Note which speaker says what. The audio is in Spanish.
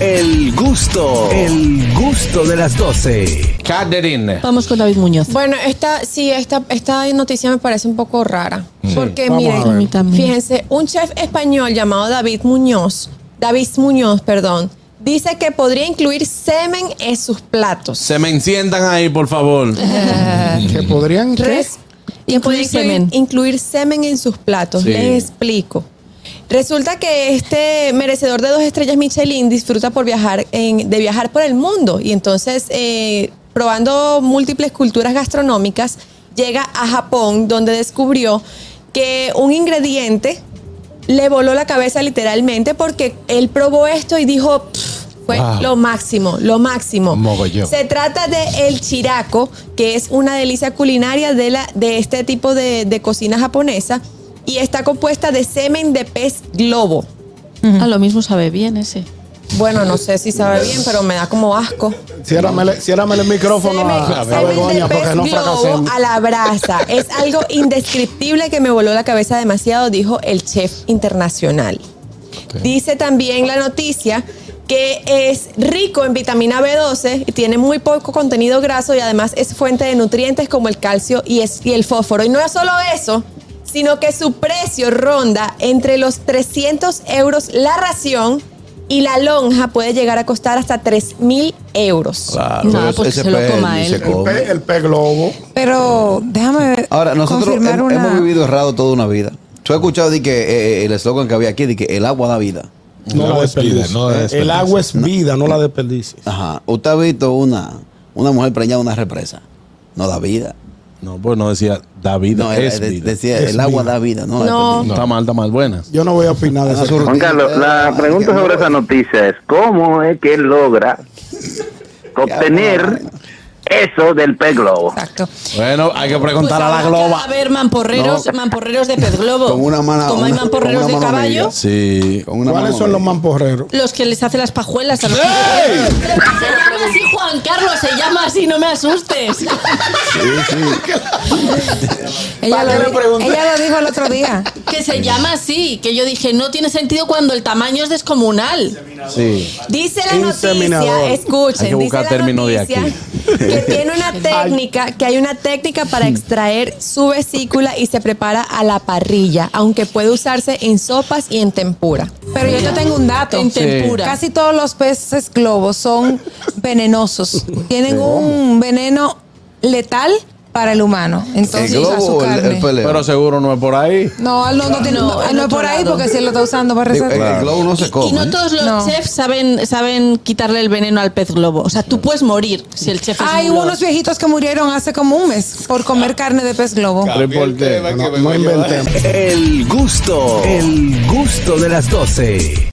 Speaker 1: El gusto, el gusto de las 12.
Speaker 2: Catherine.
Speaker 3: Vamos con David Muñoz.
Speaker 4: Bueno, esta, sí, esta, esta noticia me parece un poco rara. Porque,
Speaker 5: vamos a ver.
Speaker 4: miren,
Speaker 3: mí también.
Speaker 4: fíjense, un chef español llamado David Muñoz, David Muñoz, perdón, dice que podría incluir semen en sus platos.
Speaker 2: Se me enciendan ahí, por favor.
Speaker 5: Que podrían. ¿qué?
Speaker 4: Res- que
Speaker 3: Incluir
Speaker 4: podría incluir,
Speaker 3: semen.
Speaker 4: incluir semen en sus platos.
Speaker 2: Sí.
Speaker 4: Les explico. Resulta que este merecedor de dos estrellas Michelin disfruta por viajar en- de viajar por el mundo y entonces eh, probando múltiples culturas gastronómicas llega a Japón donde descubrió que un ingrediente le voló la cabeza literalmente porque él probó esto y dijo "Pff, fue
Speaker 5: Wow.
Speaker 4: lo máximo, lo máximo.
Speaker 5: Mogollón.
Speaker 4: Se trata de el chiraco, que es una delicia culinaria de, la, de este tipo de, de cocina japonesa y está compuesta de semen de pez globo.
Speaker 3: Ah, lo mismo sabe bien ese.
Speaker 4: Bueno, no sé si sabe bien, pero me da como asco.
Speaker 5: Ciérramele, ciérramele el micrófono
Speaker 4: Semen,
Speaker 5: a, a
Speaker 4: semen
Speaker 5: Begoña
Speaker 4: de
Speaker 5: porque
Speaker 4: pez
Speaker 5: no
Speaker 4: globo
Speaker 5: fracasemos.
Speaker 4: a la brasa. Es algo indescriptible que me voló la cabeza demasiado, dijo el chef internacional. Dice también la noticia que es rico en vitamina B12 y tiene muy poco contenido graso y además es fuente de nutrientes como el calcio y, es- y el fósforo. Y no es solo eso, sino que su precio ronda entre los 300 euros la ración y la lonja puede llegar a costar hasta 3.000 euros.
Speaker 6: Claro,
Speaker 3: No,
Speaker 6: pero
Speaker 3: porque
Speaker 6: ese
Speaker 3: se lo
Speaker 6: pez
Speaker 3: coma
Speaker 6: ni
Speaker 3: él.
Speaker 6: se
Speaker 3: El
Speaker 5: El
Speaker 6: come.
Speaker 5: pe, el pe globo.
Speaker 7: Pero déjame
Speaker 6: Ahora, nosotros
Speaker 7: confirmar
Speaker 6: hem-
Speaker 7: una.
Speaker 6: hemos vivido errado toda una vida. Yo he escuchado de que eh, eh, el eslogan que había aquí, de que el agua da vida.
Speaker 8: No la desperdicies.
Speaker 9: no la desperdicies.
Speaker 8: El agua es vida, no la desperdicies.
Speaker 6: Ajá. Usted ha visto una, una mujer preñada en una represa. No da vida.
Speaker 2: No, pues no decía David.
Speaker 6: No, era-
Speaker 2: es
Speaker 6: de-
Speaker 2: vida.
Speaker 6: decía,
Speaker 8: Es
Speaker 6: el agua
Speaker 8: vida.
Speaker 6: da vida. No,
Speaker 4: No.
Speaker 6: da vida.
Speaker 2: Está mal, está mal. Buenas.
Speaker 8: Yo no voy a opinar de
Speaker 6: Ah,
Speaker 8: eso.
Speaker 6: su
Speaker 10: Juan
Speaker 6: rutina
Speaker 10: Carlos,
Speaker 6: de-
Speaker 10: la
Speaker 6: ah,
Speaker 10: pregunta
Speaker 6: que no-
Speaker 10: sobre esa noticia es, ¿cómo es que él logra obtener eso del pez globo?
Speaker 7: Exacto.
Speaker 2: Bueno, hay que preguntar a la
Speaker 3: ahora que va
Speaker 2: globa.
Speaker 3: a haber mamporreros, mamporreros de pez globo.
Speaker 6: Con una mano-
Speaker 3: Como hay
Speaker 6: una-
Speaker 3: mamporreros
Speaker 6: con
Speaker 3: de
Speaker 6: una mano
Speaker 3: caballo,
Speaker 6: media.
Speaker 2: Sí.
Speaker 6: Con una
Speaker 8: ¿Cuáles
Speaker 6: mano
Speaker 8: son los
Speaker 6: media.
Speaker 8: mamporreros?
Speaker 3: los que les hace las pajuelas a los Se lo llama así Juan Carlos, se llama así, no me asustes.
Speaker 7: Ella
Speaker 8: ¿Para qué le
Speaker 7: lo,
Speaker 8: pregunté?
Speaker 7: ella lo dijo el otro día.
Speaker 3: Que se llama así, que yo dije, no tiene sentido cuando el tamaño es descomunal.
Speaker 2: Sí.
Speaker 4: Dice la
Speaker 8: Inseminador.
Speaker 4: noticia, escuchen,
Speaker 2: Hay que
Speaker 4: dice
Speaker 2: buscar
Speaker 4: la
Speaker 2: término de
Speaker 4: noticia
Speaker 2: aquí.
Speaker 4: que tiene una técnica, que hay una técnica para extraer su vesícula y se prepara a la parrilla, aunque puede usarse en sopas y en tempura.
Speaker 7: Pero yo te tengo un dato.
Speaker 3: En tempura.
Speaker 7: Casi todos los peces globos son venenosos. Tienen un veneno letal para el humano.
Speaker 6: El
Speaker 7: Entonces, a su
Speaker 6: globo o el,
Speaker 7: carne.
Speaker 6: el peleo.
Speaker 2: Pero seguro no es por ahí.
Speaker 7: no, él no, no, tiene-
Speaker 3: No,
Speaker 7: no,
Speaker 3: en
Speaker 7: él no es
Speaker 3: otro
Speaker 7: por ahí
Speaker 3: lado.
Speaker 7: porque si él lo está usando para
Speaker 6: Digo, el,
Speaker 7: recetar.
Speaker 6: globo no se come.
Speaker 3: Y no todos los
Speaker 7: No.
Speaker 3: chefs saben, saben quitarle el veneno al pez globo. O sea, tú puedes morir si el chef es
Speaker 7: Hay
Speaker 3: nulo.
Speaker 7: unos viejitos que murieron hace como un mes por
Speaker 6: Ah.
Speaker 7: comer carne de pez globo.
Speaker 2: Pero ¿y por qué?
Speaker 8: No, no inventemos.
Speaker 1: El gusto, el gusto de las 12.